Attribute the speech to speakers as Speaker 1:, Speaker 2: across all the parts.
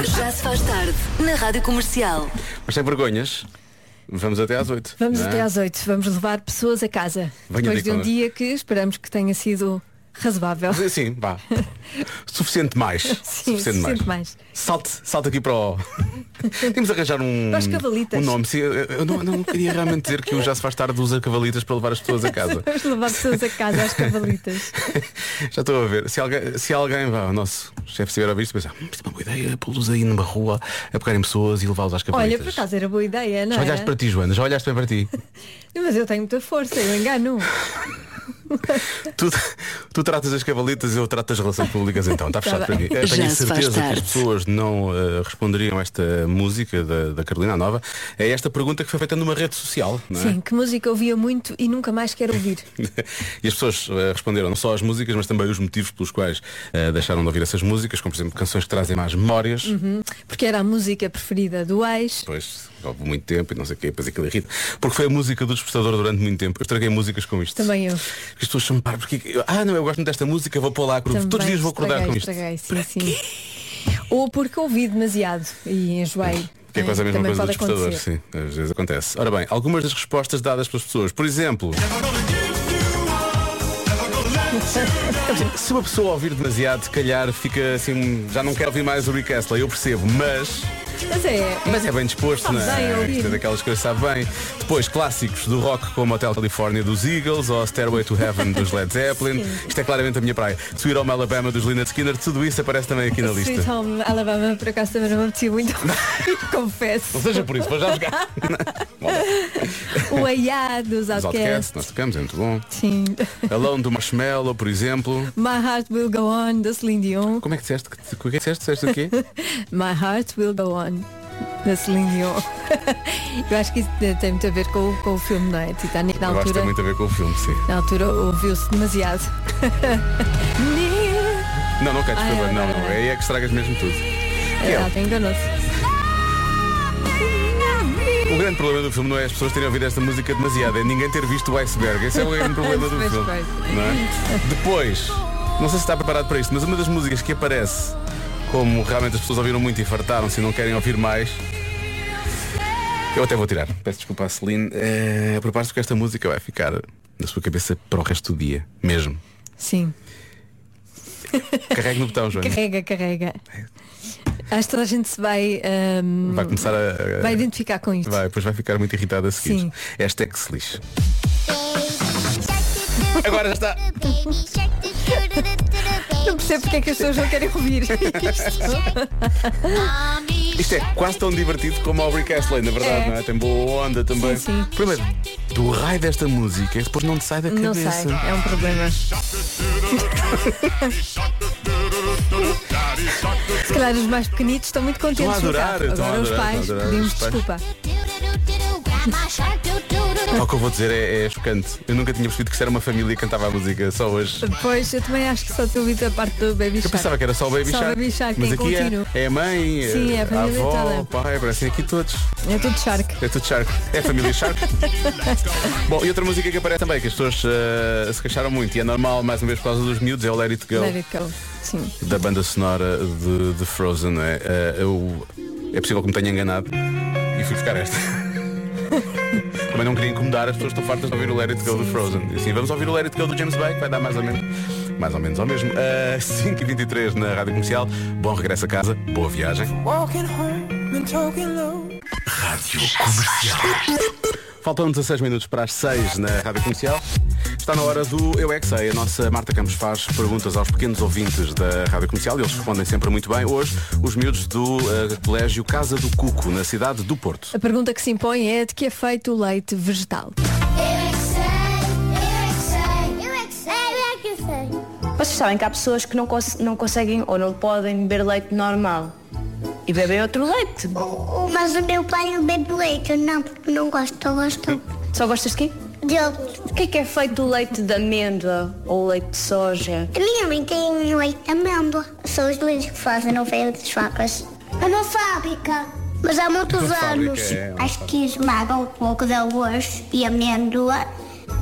Speaker 1: Já se faz tarde na Rádio Comercial.
Speaker 2: Mas sem vergonhas, vamos até às 8.
Speaker 3: Vamos até às 8, vamos levar pessoas a casa.
Speaker 2: é? Venha
Speaker 3: depois de um
Speaker 2: dizer-
Speaker 3: dia que esperamos que tenha sido razoável.
Speaker 2: Sim, vá. Suficiente mais.
Speaker 3: Sim,
Speaker 2: Suficiente mais.
Speaker 3: suficiente mais.
Speaker 2: Salte, salte aqui para o. Temos de arranjar um.
Speaker 3: Para os cavalitas.
Speaker 2: Um nome. Sim, eu- eu não, não queria realmente dizer que o já se faz tarde usa cavalitas para levar as pessoas a casa.
Speaker 3: Vamos levar pessoas a casa às cavalitas.
Speaker 2: Já estou a ver. Se alguém, se alguém vá, o nosso chefe estiver a ouvir isto, pensa, "Hum, isto é uma boa ideia, pô-los aí numa rua, a pegarem pessoas e levá-los às cavalitas.
Speaker 3: Olha, por acaso era boa ideia, não
Speaker 2: Já
Speaker 3: é?
Speaker 2: olhaste para ti, Joana, já olhaste bem para ti.
Speaker 3: Mas eu tenho muita força, eu engano.
Speaker 2: é? tu, tu tratas as cavalitas e eu trato as relações públicas então, está fechado
Speaker 3: Tá
Speaker 2: para mim.
Speaker 3: bem.
Speaker 2: Eu
Speaker 1: Já
Speaker 2: tenho
Speaker 1: se faz
Speaker 2: certeza que as
Speaker 1: tarde.
Speaker 2: pessoas não eh, responderiam a esta música da, da Carolina Nova. É esta pergunta que foi feita numa rede social, não é?
Speaker 3: Sim, que música eu ouvia muito e nunca mais quero ouvir.
Speaker 2: E as pessoas eh, responderam não só as músicas, mas também os motivos pelos quais eh, deixaram de ouvir essas músicas, como por exemplo canções que trazem mais memórias,
Speaker 3: Uhum. Porque era a música preferida do ex.
Speaker 2: depois houve muito tempo e não sei o quê, depois aquilo irrita. Porque foi a música do despertador durante muito tempo. Eu estraguei músicas com isto.
Speaker 3: Também eu.
Speaker 2: As pessoas chamam para porque. Ah, não, eu gosto muito desta música, vou pôr lá a grupo.
Speaker 3: Também
Speaker 2: Todos os dias vou acordar
Speaker 3: estraguei,
Speaker 2: com isto.
Speaker 3: estraguei, sim, sim. Ou porque ouvi demasiado e enjoei.
Speaker 2: Que é quase a mesma
Speaker 3: Também
Speaker 2: coisa do
Speaker 3: pode
Speaker 2: despertador,
Speaker 3: acontecer.
Speaker 2: sim. Às vezes acontece. Ora bem, algumas das respostas dadas pelas pessoas. Por exemplo. Se uma pessoa ouvir demasiado, se calhar fica assim, já não quer ouvir mais o Rick Astley, eu percebo, mas,
Speaker 3: Mas é.
Speaker 2: mas é bem disposto,
Speaker 3: Sabe
Speaker 2: não
Speaker 3: bem
Speaker 2: é?
Speaker 3: ouvir.
Speaker 2: Isto é daquelas coisas que sabe bem. Depois, clássicos do rock como Hotel California dos Eagles ou Stairway to Heaven dos Led Zeppelin. Isto é claramente a minha praia. Sweet Home Alabama dos Lynyrd Skinner, tudo isso aparece também aqui na lista.
Speaker 3: Sweet Home Alabama por acaso também não me apetecia muito Confesso
Speaker 2: Não seja por isso, vou já jogar.
Speaker 3: O AI dos
Speaker 2: Os
Speaker 3: Outcasts
Speaker 2: Outcasts, nós tocamos, é muito bom.
Speaker 3: Sim
Speaker 2: Alone do Marshmallow, por exemplo.
Speaker 3: My Heart Will Go On da Celine Dion
Speaker 2: Como é que disseste? que- O que é que disseste? Disseste o quê?
Speaker 3: My Heart Will Go On da Celine Dion Eu acho que isso tem muito a ver com, o- com o filme, não é? Titanic na
Speaker 2: Eu acho que tem
Speaker 3: altura
Speaker 2: muito a ver com o filme, sim.
Speaker 3: Na altura ouviu-se demasiado Near.
Speaker 2: Não, não quero, desculpa.
Speaker 3: Ai,
Speaker 2: não,
Speaker 3: agora
Speaker 2: não.
Speaker 3: vai.
Speaker 2: Aí é que estragas mesmo tudo.
Speaker 3: É, alguém enganou-se
Speaker 2: O grande problema do filme não é as pessoas terem ouvido esta música demasiado, é ninguém ter visto o iceberg. Esse é o grande problema do
Speaker 3: Pois,
Speaker 2: filme.
Speaker 3: pois.
Speaker 2: Não é? Depois, não sei se está preparado para isto, mas uma das músicas que aparece, como realmente as pessoas ouviram muito e fartaram-se e não querem ouvir mais. Eu até vou tirar. Peço desculpa à Celine. Eh, Prepare-se porque esta música vai ficar na sua cabeça para o resto do dia, mesmo.
Speaker 3: Sim,
Speaker 2: Carregue no botão, Joana.
Speaker 3: carrega, carrega Acho que toda a gente se vai ahm,
Speaker 2: É. Vai começar a. a-
Speaker 3: Vai identificar com isto
Speaker 2: Vai, depois vai ficar muito irritada a seguir.
Speaker 3: Sim.
Speaker 2: Esta é que se lixe. Agora já está.
Speaker 3: Não percebo porque é que as pessoas não querem ouvir
Speaker 2: Isto é quase tão divertido como o Rick Astley, na verdade,
Speaker 3: É.
Speaker 2: não é? Tem boa onda também.
Speaker 3: Sim, sim.
Speaker 2: Primeiro, do raio desta música, depois não te sai da
Speaker 3: Não
Speaker 2: cabeça.
Speaker 3: sei, é um problema. Se calhar os mais pequenitos estão muito contentes.
Speaker 2: Estão a
Speaker 3: no
Speaker 2: adorar,
Speaker 3: carro.
Speaker 2: estão a
Speaker 3: Agora os
Speaker 2: adorar,
Speaker 3: pais
Speaker 2: estão a adorar,
Speaker 3: pedimos
Speaker 2: os pais.
Speaker 3: desculpa.
Speaker 2: O que eu vou dizer é, é chocante. Eu nunca tinha percebido que isso era uma família que cantava a música só hoje.
Speaker 3: Pois, eu também acho que só te ouvi a parte do Baby
Speaker 2: Eu
Speaker 3: Shark.
Speaker 2: pensava que era só o Baby
Speaker 3: Só o
Speaker 2: Shark.
Speaker 3: Baby Shark,
Speaker 2: mas
Speaker 3: é
Speaker 2: aqui
Speaker 3: contínuo.
Speaker 2: é, é a mãe,
Speaker 3: Sim, é a
Speaker 2: a
Speaker 3: família
Speaker 2: avó,
Speaker 3: toda.
Speaker 2: o pai, parecem aqui todos.
Speaker 3: É tudo Shark.
Speaker 2: É tudo Shark. É a família Shark. Bom, e outra música que aparece também, que as pessoas eh, se queixaram muito, e é normal, mais uma vez, por causa dos miúdos, é o Let It Go,
Speaker 3: Let it go. Sim.
Speaker 2: da banda sonora de, de Frozen. não É, Eh, eu, é possível que me tenha enganado e fui buscar esta. Também não queria incomodar, as pessoas estão fartas de ouvir o Let It Go do Frozen. E assim, vamos ouvir o Let It Go do James Bay, que vai dar mais ou menos. Mais ou menos ao mesmo. Eh, 5h23 na Rádio Comercial. Bom regresso a casa, boa viagem. Faltam 16 minutos para as 6 na Rádio Comercial. Está na hora do Eu É Que Sei. A nossa Marta Campos faz perguntas aos pequenos ouvintes da Rádio Comercial e eles respondem sempre muito bem. Hoje, os miúdos do eh, Colégio Casa do Cuco, na cidade do Porto.
Speaker 3: A pergunta que se impõe é de que é feito o leite vegetal?
Speaker 4: Vocês sabem que há pessoas que não, cons- não conseguem ou não podem beber leite normal e bebem outro leite.
Speaker 5: Mas o meu pai não bebe leite, não, porque não gosta, eu gosto
Speaker 4: Só gostas de quê?
Speaker 5: dele.
Speaker 4: O que é que é feito do leite de amêndoa ou leite de soja?
Speaker 5: A minha mãe tem leite de amêndoa. São os dois que fazem, não veio das vacas. É uma fábrica. Mas há muitos
Speaker 2: Uma fábrica,
Speaker 5: anos.
Speaker 2: é, uma
Speaker 5: Acho que esmagam um pouco de arroz e amêndoa.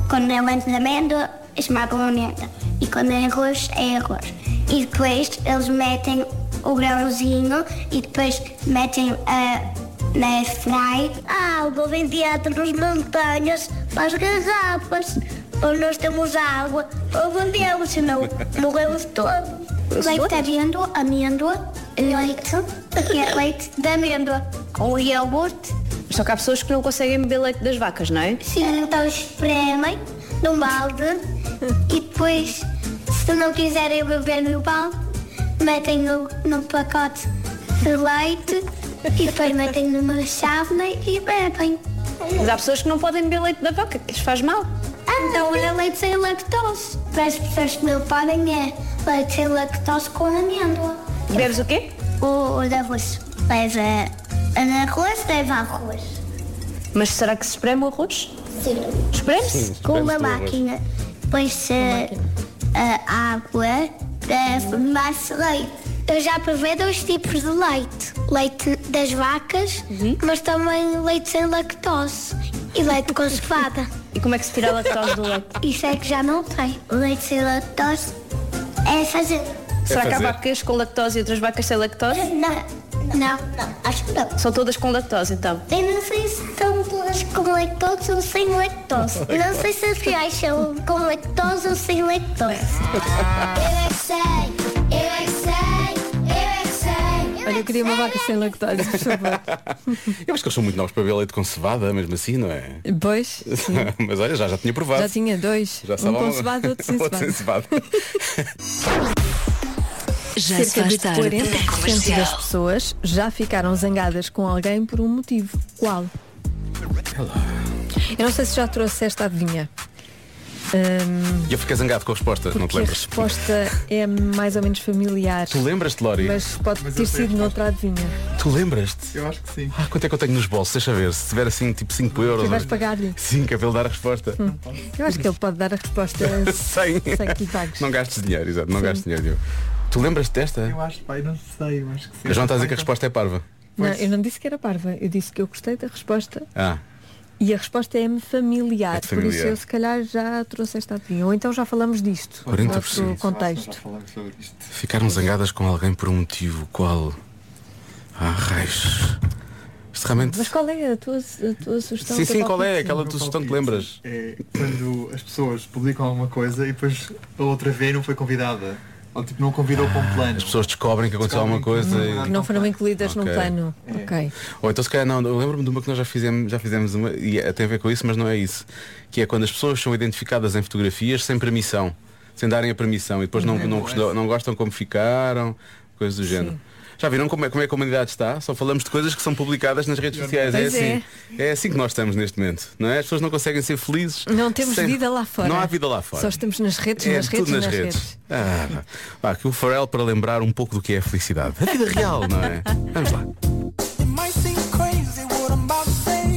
Speaker 5: Quando é leite de amêndoa, esmagam a amêndoa. E quando é arroz, é arroz. E depois eles metem o grãozinho e depois metem a na fry. Ah, água vem direto das montanhas para as garrafas. Ou nós temos água, ou vendemos, senão morremos todos. Leite de amêndoa, amêndoa, leite, é leite de amêndoa, com iogurte.
Speaker 4: um Só que há pessoas que não conseguem beber leite das vacas, não é?
Speaker 5: Sim, então espremem num um balde e depois, se não quiserem beber no balde, metem no, no pacote de leite e depois metem numa chávena e bebem.
Speaker 4: Mas há pessoas que não podem beber leite da vaca, que lhes faz mal.
Speaker 5: Então é leite sem lactose. Para as pessoas que não podem é leite sem lactose com amêndoa.
Speaker 4: Bebes o quê?
Speaker 5: O, o de arroz leva arroz, leva arroz.
Speaker 4: Mas será que se espreme o arroz?
Speaker 5: Sim.
Speaker 4: Espreme-se?
Speaker 5: com
Speaker 2: Espreme-se
Speaker 5: uma
Speaker 2: do arroz.
Speaker 5: máquina. Põe-se eh, a água para formar-se leite. Eu já provei dois tipos de leite. Leite das vacas, mas também leite sem lactose e leite conservada.
Speaker 4: E como é que se tira a lactose do leite?
Speaker 5: Isso é que já não tem. Leite sem lactose é fazer.
Speaker 4: será que há
Speaker 2: fazer.
Speaker 4: vacas com lactose e outras vacas sem lactose?
Speaker 5: Não, não, não, acho que não.
Speaker 4: São todas com lactose, então.
Speaker 5: Eu não sei se são todas com lactose ou sem lactose. Não sei se as reais são com lactose ou sem lactose. Eu é que sei, eu é que sei, eu é que sei.
Speaker 3: Olha, eu queria uma vaca sem lactose, por favor.
Speaker 2: Eu acho que eles são muito novos para beber leite com cevada, mesmo assim, não é?
Speaker 3: Pois, sim.
Speaker 2: Mas olha, já, já tinha provado.
Speaker 3: já tinha dois.
Speaker 2: Já
Speaker 3: um
Speaker 2: estava
Speaker 3: com cebada, outro sem
Speaker 2: Outro
Speaker 3: cebada.
Speaker 2: cevada.
Speaker 1: Já se
Speaker 3: Cerca de
Speaker 1: faz tarde É
Speaker 3: 40% das
Speaker 1: comercial.
Speaker 3: pessoas já ficaram zangadas com alguém por um motivo. Qual? Eu não sei se já trouxe esta adivinha. Hum,
Speaker 2: E eu fiquei zangado com a resposta, não te
Speaker 3: porque a
Speaker 2: lembras?
Speaker 3: resposta é mais ou menos familiar.
Speaker 2: Tu lembras-te, Lori?
Speaker 3: Mas pode ter sido noutra adivinha.
Speaker 2: Tu lembras-te?
Speaker 6: Eu acho que sim.
Speaker 2: Ah, quanto é que eu tenho nos bolsos? Deixa ver, se tiver assim tipo 5 euros.
Speaker 3: Tu vais pagar-lhe.
Speaker 2: Sim, que é para ele dar a resposta.
Speaker 3: Eu acho que ele pode dar a resposta.
Speaker 2: Sem.
Speaker 3: Sem que pagues.
Speaker 2: Não gastes dinheiro, exato, não gastes dinheiro. Diogo. Tu lembras-te desta?
Speaker 6: Eu acho, pai, não sei, eu acho que sim.
Speaker 2: Mas não estás a dizer que a resposta é parva.
Speaker 3: Não, eu não disse que era parva. Eu disse que eu gostei da resposta.
Speaker 2: Ah,
Speaker 3: E a resposta é-me familiar.
Speaker 2: É de
Speaker 3: Por isso
Speaker 2: familiar.
Speaker 3: eu se calhar já trouxe esta adivinha. Ou então já falamos disto. no
Speaker 2: 40%.
Speaker 3: nosso contexto.
Speaker 6: Falamos sobre isto.
Speaker 2: ficaram zangadas com alguém por um motivo. Qual? Ah, raios. Isto realmente.
Speaker 3: Mas qual é a tua, a tua sugestão?
Speaker 2: Sim,
Speaker 3: o teu
Speaker 2: sim, qual é?
Speaker 3: palpite?
Speaker 2: Aquela tua sugestão que te lembras?
Speaker 6: É quando as pessoas publicam alguma coisa e depois a outra vê e não foi convidada. Ou tipo, não convidou para um plano.
Speaker 2: Ah, As pessoas descobrem que aconteceu alguma coisa.
Speaker 6: Hum.
Speaker 2: e-
Speaker 3: Que não foram incluídas num
Speaker 2: Ok. É.
Speaker 3: plano. Ok.
Speaker 2: Ou então se calhar não, eu lembro-me de uma que nós já fizemos, já fizemos uma, e é- tem a ver com isso, mas não é isso. Que é quando as pessoas são identificadas em fotografias sem permissão, sem darem a permissão e depois não,
Speaker 3: é
Speaker 2: não, gostam- não gostam como ficaram, coisas do género. Já viram como é, como é que a comunidade está? Só falamos de coisas que são publicadas nas redes sociais. É
Speaker 3: Pois
Speaker 2: assim, é assim que nós estamos neste momento. Não é? As pessoas não conseguem ser felizes.
Speaker 3: Não temos
Speaker 2: sem-
Speaker 3: vida lá fora.
Speaker 2: Não há vida lá fora.
Speaker 3: Só estamos nas redes,
Speaker 2: É
Speaker 3: nas redes,
Speaker 2: tudo nas, redes. Ah, vá, aqui o Farel para lembrar um pouco do que é a felicidade. A vida real, não é? Vamos lá.
Speaker 7: Might seem crazy what I'm about to say.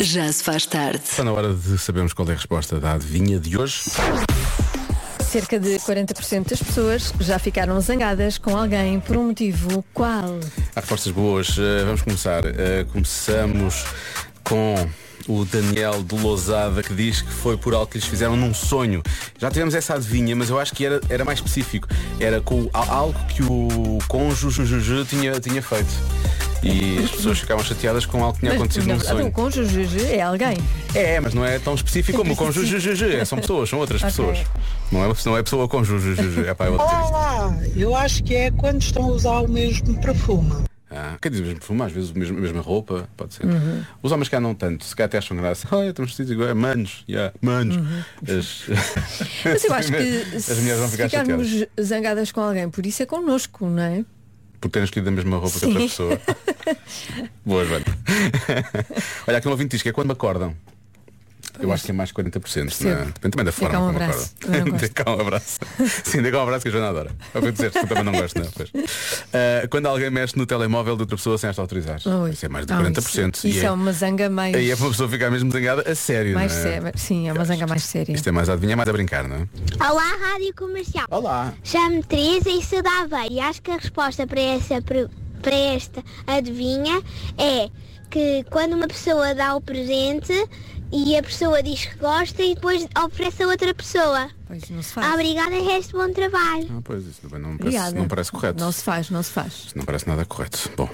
Speaker 1: Já se faz tarde.
Speaker 2: Está na hora de sabermos qual é a resposta da adivinha de hoje.
Speaker 3: Cerca de 40% das pessoas já ficaram zangadas com alguém por um motivo. Qual?
Speaker 2: Há respostas boas. Eh, vamos começar. Eh, começamos com o Daniel de Lousada que diz que foi por algo que lhes fizeram num sonho. Já tivemos essa adivinha, mas eu acho que era, era mais específico. Era com al- algo que o cônjuge Juju tinha, tinha feito. E as pessoas ficavam chateadas com algo que tinha
Speaker 3: Mas,
Speaker 2: acontecido
Speaker 3: na
Speaker 2: num
Speaker 3: verdade, o
Speaker 2: um sonho.
Speaker 3: cônjuge é alguém.
Speaker 2: É, mas não é tão específico como o cônjuge Juju. É, são pessoas, são outras
Speaker 3: Ok.
Speaker 2: pessoas. Não é, não é pessoa cônjuge Juju. É pá, eu vou dizer isto.
Speaker 8: Olá, eu acho que é quando estão a usar o mesmo perfume.
Speaker 2: Ah, quer dizer, mesmo perfume, às vezes o mesmo- a mesma roupa, pode ser.
Speaker 3: Uhum.
Speaker 2: Os homens cá não tanto, se cá até acham graça. Olha, estamos vestidos igual, é manos, yeah, manos.
Speaker 3: Uhum.
Speaker 2: As...
Speaker 3: Mas eu acho que
Speaker 2: as mulheres vão
Speaker 3: se
Speaker 2: ficar chateadas
Speaker 3: ficarmos zangadas com alguém, por isso é connosco, não é?
Speaker 2: por terem escolhido a mesma roupa que outra
Speaker 3: Sim.
Speaker 2: pessoa. Boa, Joana. Olha, aqui um ouvinte diz que é quando me acordam. Eu acho que é mais 40%.
Speaker 3: Percebo.
Speaker 2: Né? Depende também da forma
Speaker 3: cá um
Speaker 2: como
Speaker 3: abraço.
Speaker 2: acordam.
Speaker 3: Eu não
Speaker 2: Dê
Speaker 3: gosto.
Speaker 2: cá um abraço. Sim, dê cá um abraço que a Joana adora. Eu vou dizer que eu também não gosto, não. é? Pois. Ah, quando alguém mexe no telemóvel de outra pessoa sem esta autorizar.
Speaker 3: Ui.
Speaker 2: Isso é mais de
Speaker 3: Não,
Speaker 2: 40%.
Speaker 3: Isso,
Speaker 2: e
Speaker 3: isso é... uma zanga mais,
Speaker 2: Aí é para uma pessoa ficar mesmo zangada a sério.
Speaker 3: mais
Speaker 2: não é?
Speaker 3: séria. Sim, é uma zanga mais séria.
Speaker 2: Isto é mais a adivinha, é mais a brincar, não é?
Speaker 5: Olá, Rádio Comercial.
Speaker 2: Olá.
Speaker 5: Chamo-me Teresa e sou da Aveiro. E acho que a resposta para, essa, pre- para esta adivinha é que quando uma pessoa dá o presente e a pessoa diz que gosta e depois oferece a outra pessoa.
Speaker 2: é-
Speaker 3: Pois não se faz.
Speaker 5: Ah, obrigada e resto bom trabalho.
Speaker 2: Ah, pois, isso também não parece,
Speaker 3: Obrigada.
Speaker 2: não parece correto.
Speaker 3: Não se faz, não se faz.
Speaker 2: Não parece nada correto. Bom,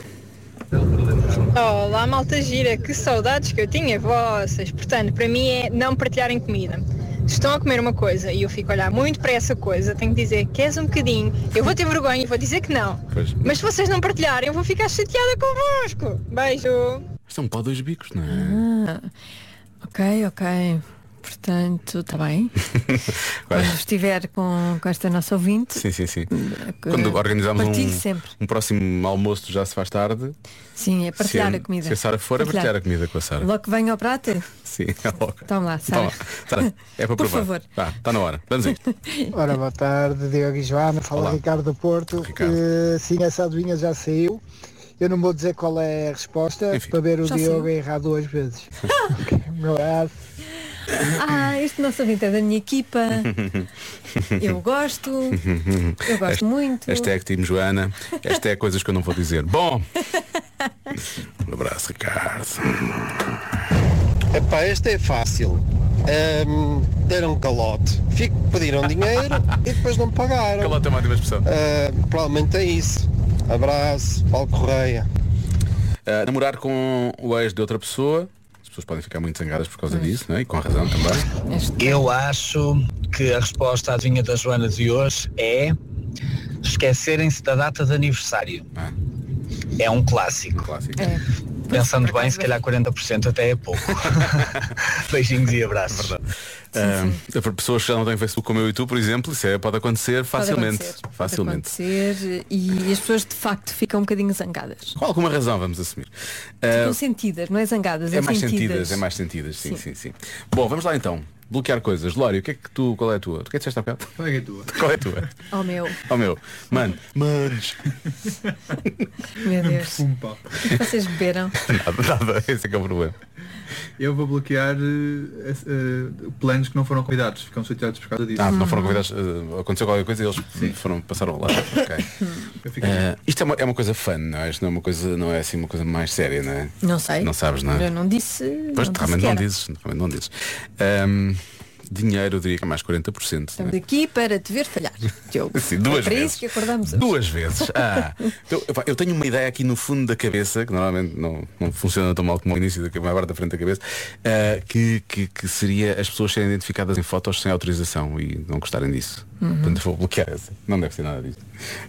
Speaker 9: Olá, malta gira, que saudades que eu tinha vossas. Portanto, para mim é não partilharem comida. Estão a comer uma coisa e eu fico a olhar muito para essa coisa, tenho que dizer, queres um bocadinho? Eu vou ter vergonha e vou dizer que não.
Speaker 2: Pois.
Speaker 9: Mas se vocês não partilharem, eu vou ficar chateada convosco. Beijo!
Speaker 2: isto é um pau de dois bicos, não é?
Speaker 3: Ah. Ok, ok. Portanto, está bem.
Speaker 2: Quase.
Speaker 3: Quando estiver com, com esta nossa ouvinte,
Speaker 2: Sim, sim, sim.
Speaker 3: É que-
Speaker 2: Quando organizámos
Speaker 3: partilhe
Speaker 2: um,
Speaker 3: sempre.
Speaker 2: um próximo almoço do já se faz tarde,
Speaker 3: Sim, é
Speaker 2: se
Speaker 3: partilhar a comida.
Speaker 2: se a Sara for, é partilhar a comida com a Sara.
Speaker 3: Logo que venha ao prato,
Speaker 2: Sim, é logo.
Speaker 3: Toma lá, Sara.
Speaker 2: Sara, é para
Speaker 3: Por
Speaker 2: provar.
Speaker 3: favor.
Speaker 2: está na hora. Vamos a isto.
Speaker 10: Ora, boa tarde, Diogo e Joana. Ah, Fala
Speaker 2: Olá.
Speaker 10: Ricardo do Porto.
Speaker 2: Ricardo.
Speaker 10: Eh, sim, essa adivinha já saiu. Eu não vou dizer qual é a resposta
Speaker 2: Enfim.
Speaker 10: para ver o
Speaker 3: Já
Speaker 10: Diogo
Speaker 3: saiu.
Speaker 10: errado duas vezes. Um abraço.
Speaker 3: ah, este nosso ouvinte é da minha equipa, eu gosto, eu gosto muito.
Speaker 2: Hashtag é Team Joana. Esta é coisas que eu não vou dizer. Bom. Um abraço, Ricardo.
Speaker 11: Epá, esta é fácil. Ahm, deram calote. Fico, pediram dinheiro e depois não pagaram.
Speaker 2: Calota é uma ótima expressão.
Speaker 11: Ahm, provavelmente é isso. Abraço, Paulo Correia.
Speaker 2: Uh, namorar com o ex de outra pessoa. As pessoas podem ficar muito zangadas por causa disso, não é? E com razão também.
Speaker 12: Eu acho que a resposta à adivinha da Joana de hoje é esquecerem-se da data de aniversário.
Speaker 2: Ah.
Speaker 12: É um clássico.
Speaker 2: Clássico.
Speaker 3: É,
Speaker 12: Pensando bem, se calhar 40% até é pouco. Beijinhos e abraços.
Speaker 2: Uh, para pessoas que já não têm Facebook como eu e tu, por exemplo, isso é- pode acontecer
Speaker 3: Pode
Speaker 2: facilmente.
Speaker 3: acontecer, pode
Speaker 2: facilmente.
Speaker 3: acontecer, e as pessoas de facto ficam um bocadinho zangadas.
Speaker 2: Com alguma razão, vamos assumir. Uh,
Speaker 3: Ficam sentidas, não é zangadas, é,
Speaker 2: é mais
Speaker 3: sentidas.
Speaker 2: sentidas, é mais sentidas, sim, sim, sim. Bom, vamos lá então. Bloquear coisas. Lório, o que é que tu, qual é a tua? Tu que é que disseste há bocado?
Speaker 6: Qual é a tua?
Speaker 2: Qual é a tua?
Speaker 3: Oh meu,
Speaker 2: Oh meu. Mano. Manos.
Speaker 3: meu Deus.
Speaker 6: Fumo, pá.
Speaker 3: Vocês beberam.
Speaker 2: Nada, nada, esse é que é o problema.
Speaker 6: Eu vou bloquear eh, esse, eh, planos que não foram convidados. Ficam chateados por causa disso.
Speaker 2: Ah, não
Speaker 3: Hum.
Speaker 2: foram convidados. eh, aconteceu qualquer coisa e eles foram passar ao lado. Ok.
Speaker 6: Eu fico
Speaker 2: Eh, isto é uma, é uma coisa fun, não é? Isto não é uma coisa, não é assim uma coisa mais séria, não é?
Speaker 3: Não sei.
Speaker 2: Não sabes, não é?
Speaker 3: Eu não disse.
Speaker 2: Pois
Speaker 3: não disse
Speaker 2: realmente
Speaker 3: que
Speaker 2: não
Speaker 3: era.
Speaker 2: dizes, realmente não dizes. Ahm, dinheiro eu diria que é mais 40%. não é?
Speaker 3: Estamos aqui para te ver falhar, Diogo.
Speaker 2: Sim, duas
Speaker 3: é para
Speaker 2: vezes.
Speaker 3: isso que acordamos hoje.
Speaker 2: Duas vezes. Ah, então, epá, eu tenho uma ideia aqui no fundo da cabeça, que normalmente não, não funciona tão mal como o início da que é mais parte da frente da cabeça, ah, que, que, que seria as pessoas serem identificadas em fotos sem autorização e não gostarem disso.
Speaker 3: Uhum.
Speaker 2: Portanto, vou bloquear essa. Não deve ser nada disso.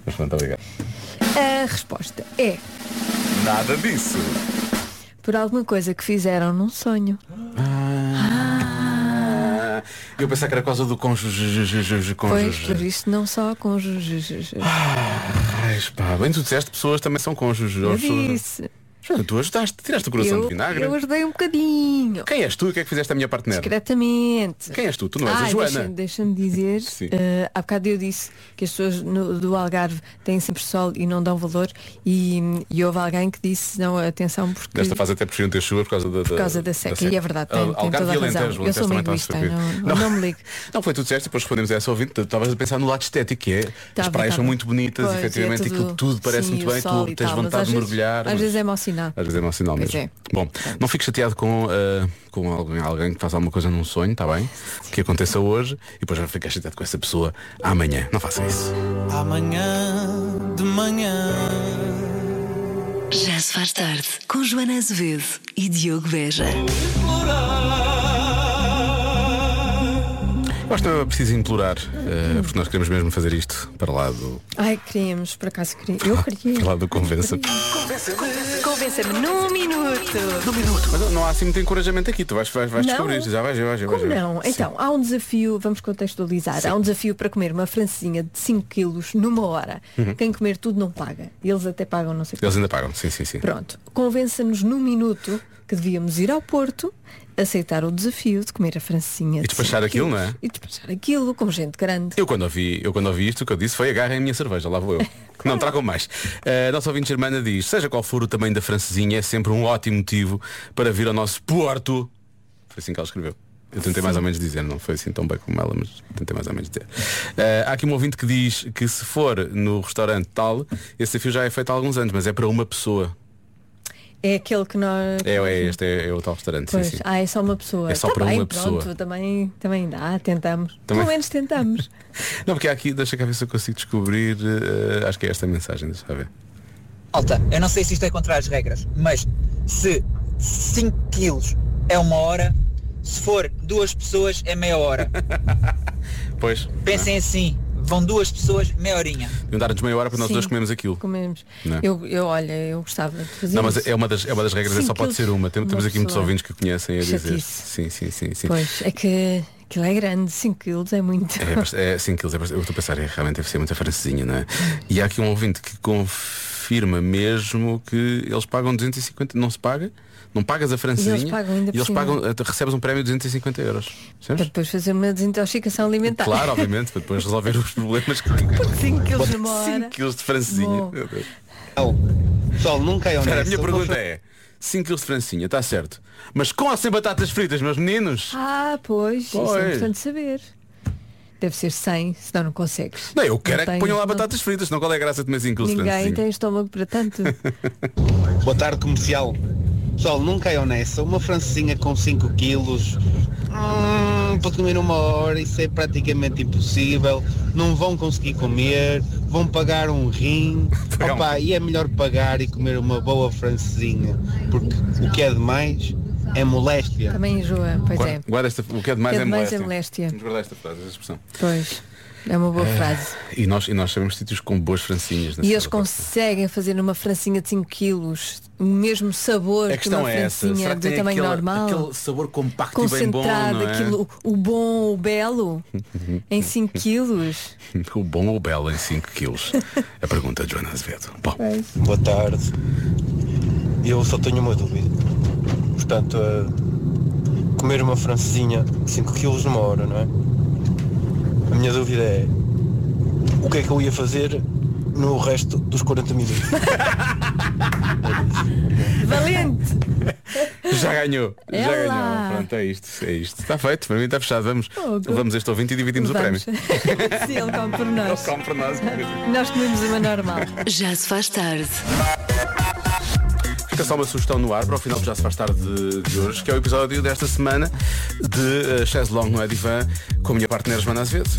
Speaker 2: Mas pronto, obrigado.
Speaker 3: A resposta é
Speaker 2: Nada disso.
Speaker 3: por alguma coisa que fizeram num sonho.
Speaker 2: Ah, Eu pensava que era por causa do cônjuge. ju- ju- ju-
Speaker 3: Pois,
Speaker 2: cônjuge.
Speaker 3: por isso não só cônjuges.
Speaker 2: Ah, Mas pá, bem tu disseste, pessoas também são cônjuges.
Speaker 3: Eu
Speaker 2: As pessoas-
Speaker 3: disse.
Speaker 2: Joana, tu ajudaste, tiraste o coração de
Speaker 3: Eu,
Speaker 2: vinagre.
Speaker 3: eu ajudei um bocadinho.
Speaker 2: Quem és tu e o que é que fizeste a minha partner?
Speaker 3: Discretamente.
Speaker 2: Quem é és tu? Tu não és a
Speaker 3: Ai,
Speaker 2: Joana.
Speaker 3: deixa- Ah, Deixa-me dizer,
Speaker 2: Sim.
Speaker 3: eh, há bocado eu disse que as pessoas no- do Algarve têm sempre sol e não dão valor e, e houve alguém que disse, não, atenção, porque
Speaker 2: Nesta fase até preferiam ter chuva por causa da,
Speaker 3: por causa da seca. E é verdade,
Speaker 2: Al-
Speaker 3: tem, tem
Speaker 2: Algarve
Speaker 3: toda a
Speaker 2: e Alentejo,
Speaker 3: razão.
Speaker 2: Alentejo
Speaker 3: eu sou uma
Speaker 2: também está
Speaker 3: egoísta,
Speaker 2: sofrido.
Speaker 3: não, não me ligo.
Speaker 2: Não, foi tu disseste, depois respondemos a essa ouvinte, tu estavas a pensar no lado estético, que é as
Speaker 3: Tava,
Speaker 2: praias são
Speaker 3: tava.
Speaker 2: muito bonitas,
Speaker 3: tá Pois,
Speaker 2: efetivamente,
Speaker 3: é tudo-
Speaker 2: aquilo tudo parece
Speaker 3: sim,
Speaker 2: muito
Speaker 3: o
Speaker 2: bem,
Speaker 3: sol
Speaker 2: tu
Speaker 3: e
Speaker 2: tens
Speaker 3: tal, mas
Speaker 2: vontade
Speaker 3: às
Speaker 2: de
Speaker 3: vezes-
Speaker 2: mergulhar.
Speaker 3: Às
Speaker 2: mas-
Speaker 3: vezes é mau sinal.
Speaker 2: Às vezes é mau sinal
Speaker 3: Pois
Speaker 2: mesmo.
Speaker 3: é.
Speaker 2: Bom, não fico chateado com, ah, com alguém, alguém que faz alguma coisa num sonho, está bem? Que aconteça hoje e depois vai ficar chateado com essa pessoa amanhã. Não façam isso.
Speaker 7: Amanhã de manhã.
Speaker 1: Já se faz tarde com Joana Azevedo e Diogo Veja.
Speaker 2: Eu acho que não é preciso implorar, ah,
Speaker 3: Hum.
Speaker 2: porque nós queremos mesmo fazer isto para lá do,
Speaker 3: Ai, queríamos, por acaso queria. Eu
Speaker 2: para
Speaker 3: queria.
Speaker 2: lá do Convença.
Speaker 3: Convença-me num minuto.
Speaker 2: Mas não há assim muito encorajamento aqui, tu vais, vais, vais
Speaker 3: Não.
Speaker 2: descobrir, já vais, já vais, já vais.
Speaker 3: Como não?
Speaker 2: Sim.
Speaker 3: Então, há um desafio, vamos contextualizar, há um desafio para comer uma francesinha de 5 quilos numa hora.
Speaker 2: Uhum.
Speaker 3: Quem comer tudo não paga. Eles até pagam não sei quanto.
Speaker 2: Eles ainda pagam, sim, sim, sim.
Speaker 3: Pronto, convença-nos num minuto que devíamos ir ao Porto, aceitar o desafio de comer a francesinha.
Speaker 2: E
Speaker 3: de
Speaker 2: despachar
Speaker 3: 5
Speaker 2: aquilo,
Speaker 3: quilos.
Speaker 2: não é?
Speaker 3: E despachar aquilo com gente grande.
Speaker 2: Eu quando, ouvi, eu quando ouvi isto, o que eu disse foi agarrem a minha cerveja, lá vou eu. Não tragam mais. A nossa ouvinte Germana diz, seja qual for o tamanho da francesinha, é sempre um ótimo motivo para vir ao nosso Porto. Foi assim que ela escreveu. Eu tentei mais ou menos dizer, não foi assim tão bem como ela, mas tentei mais ou menos dizer. Ah, há aqui um ouvinte que diz que se for no restaurante tal, esse desafio já é feito há alguns anos, mas é para uma pessoa.
Speaker 3: É aquele que nós.
Speaker 2: É, é este é, é o tal restaurante.
Speaker 3: Pois,
Speaker 2: Sim, sim.
Speaker 3: ah, é só uma pessoa.
Speaker 2: É só
Speaker 3: Tá
Speaker 2: para
Speaker 3: bem,
Speaker 2: uma
Speaker 3: pronto,
Speaker 2: pessoa.
Speaker 3: Também, também dá, tentamos.
Speaker 2: Também-
Speaker 3: Pelo menos tentamos.
Speaker 2: Não, porque há aqui, deixa cá ver se eu consigo descobrir. eh, acho que é esta a mensagem, deixa eu ver.
Speaker 12: Malta, eu não sei se isto é contra as regras, mas se 5 quilos é uma hora, se for duas pessoas é meia hora.
Speaker 2: Pois. é?
Speaker 12: Pensem assim, vão duas pessoas, meia horinha.
Speaker 2: Deviam dar-nos meia hora para nós
Speaker 3: Sim,
Speaker 2: dois comermos aquilo.
Speaker 3: Comemos.
Speaker 2: Não é?
Speaker 3: Eu, eu, olha, eu gostava de fazer.
Speaker 2: Não, mas
Speaker 3: isso.
Speaker 2: é uma das, é uma das regras, é
Speaker 3: Sim,
Speaker 2: só pode
Speaker 3: aquilo-
Speaker 2: ser uma. Tem-
Speaker 3: uma
Speaker 2: Temos aqui muitos
Speaker 3: pessoa.
Speaker 2: ouvintes que conhecem a dizer.
Speaker 3: Chatice.
Speaker 2: Sim, sim, sim, sim.
Speaker 3: Pois, é que aquilo é grande, 5 quilos é muito.
Speaker 2: É, bast- é 5 quilos, é bast- eu estou a pensar, é, realmente deve ser muita francesinha, não é? E há aqui um ouvinte que confirma mesmo que eles pagam 250, não se paga? Não pagas a francesinha?
Speaker 3: pagam ainda
Speaker 2: e eles
Speaker 3: por cima.
Speaker 2: pagam, eh, recebes um prémio de 250 euros.
Speaker 3: Para
Speaker 2: percebes?
Speaker 3: depois fazer uma desintoxicação alimentar.
Speaker 2: Claro, obviamente, para depois resolver os problemas que
Speaker 3: 5 quilos
Speaker 2: Bota
Speaker 3: numa hora.
Speaker 2: 5 quilos de francesinha.
Speaker 3: Bom.
Speaker 2: Meu Deus.
Speaker 11: Pessoal, nunca é
Speaker 2: Espera, a
Speaker 11: honesto.
Speaker 2: minha pergunta é 5 quilos de francinha, está certo. Mas com ou sem batatas fritas, meus meninos?
Speaker 3: Ah, pois, isso
Speaker 2: Pois.
Speaker 3: é importante saber. Deve ser 100, senão não consegues.
Speaker 2: Não, eu quero é
Speaker 3: tem-
Speaker 2: que ponham lá
Speaker 3: não-
Speaker 2: batatas fritas, senão qual é a graça de comer 5 quilos de
Speaker 3: Ninguém
Speaker 2: francesinha?
Speaker 3: tem estômago para tanto.
Speaker 11: Boa tarde, comercial. Pessoal, nunca é honesta. Uma francesinha com 5 quilos, hum, para comer uma hora, isso é praticamente impossível. Não vão conseguir comer, vão pagar um rim.
Speaker 2: Pagar um
Speaker 11: Opa, e é melhor pagar e comer uma boa francesinha, porque o que é demais é moléstia.
Speaker 3: Também enjoa, pois
Speaker 2: Guarda,
Speaker 3: é.
Speaker 2: guarda esta, o que é demais
Speaker 3: O
Speaker 2: é,
Speaker 3: que é demais
Speaker 2: moléstia.
Speaker 3: é moléstia.
Speaker 2: Vamos guardar esta frase, esta expressão.
Speaker 3: Pois, é uma boa frase.
Speaker 2: E nós, e nós sabemos sítios com boas francinhas. é? na
Speaker 3: E eles
Speaker 2: cidade.
Speaker 3: conseguem fazer numa francinha de 5 quilos o mesmo sabor
Speaker 2: A
Speaker 3: que
Speaker 2: questão
Speaker 3: uma
Speaker 2: é essa.
Speaker 3: francinha
Speaker 2: Será que
Speaker 3: do
Speaker 2: tem
Speaker 3: tamanho
Speaker 2: aquele,
Speaker 3: normal.
Speaker 2: aquele sabor compacto
Speaker 3: Concentrado,
Speaker 2: e bem bom, não é?
Speaker 3: aquilo, o bom, o belo, em 5 quilos.
Speaker 2: O bom ou o belo em 5 quilos? A pergunta de Joana Azevedo. Bom,
Speaker 13: Boa tarde. Eu só tenho uma dúvida. Portanto, eh, comer uma francesinha 5 kg numa hora, não é? A minha dúvida é o que é que eu ia fazer no resto dos 40 minutos?
Speaker 3: Valente!
Speaker 2: já ganhou.
Speaker 3: É
Speaker 2: já
Speaker 3: lá.
Speaker 2: ganhou. Pronto, é isto. É isto. Está feito. Para mim está fechado. Vamos.
Speaker 3: Oh, go-
Speaker 2: Levamos este ouvinte e dividimos
Speaker 3: Vamos.
Speaker 2: o prémio.
Speaker 3: Sim, ele come por nós.
Speaker 2: Ele come por nós.
Speaker 3: Nós comemos uma normal.
Speaker 1: Já se faz tarde.
Speaker 2: Fica só uma sugestão no ar para o final que já se faz tarde de, de hoje, que é o episódio desta semana de eh, Chaise Long no Edivan com a minha partner Joana Azevedo.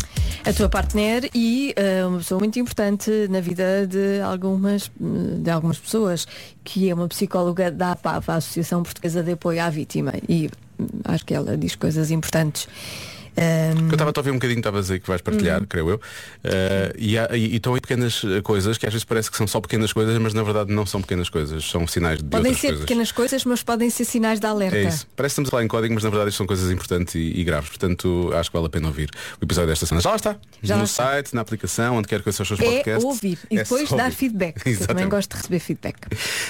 Speaker 3: A tua partner e eh, uma pessoa muito importante na vida de algumas, de algumas pessoas, que é uma psicóloga da APAV, a Associação Portuguesa de Apoio à Vítima. E hum, acho que ela diz coisas importantes. Hum, Ahm,
Speaker 2: Que eu estava a ouvir um bocadinho, estavas aí que vais partilhar,
Speaker 3: Uhum.
Speaker 2: creio eu. Eh, e, há- e- e estão aí pequenas eh, coisas que às vezes parece que são só pequenas coisas, mas na verdade não são pequenas coisas, são sinais de
Speaker 3: podem
Speaker 2: outras
Speaker 3: ser
Speaker 2: coisas.
Speaker 3: pequenas coisas, mas podem ser sinais de alerta.
Speaker 2: É isso. Parece que estamos a falar em código, mas na verdade isto são coisas importantes e, e graves. Portanto, acho que vale a pena ouvir o episódio desta semana. Já lá está.
Speaker 3: Já
Speaker 2: no
Speaker 3: lá está.
Speaker 2: site, na aplicação, onde quer que sejam os seus
Speaker 3: É
Speaker 2: podcasts.
Speaker 3: ouvir e
Speaker 2: É
Speaker 3: depois
Speaker 2: só
Speaker 3: dar
Speaker 2: ouvir.
Speaker 3: feedback. que Eu também
Speaker 2: Exatamente.
Speaker 3: gosto de receber feedback.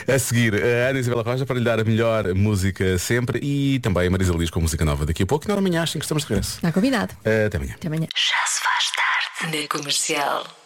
Speaker 2: A seguir, a Ana Isabela Roja para lhe dar a melhor música sempre e também a Marisa Liz com música nova daqui a pouco. E nós amanhã às 5 estamos de regresso.
Speaker 3: Está combinado.
Speaker 2: Eh, Até amanhã.
Speaker 3: Até amanhã.
Speaker 1: Já se faz tarde na comercial.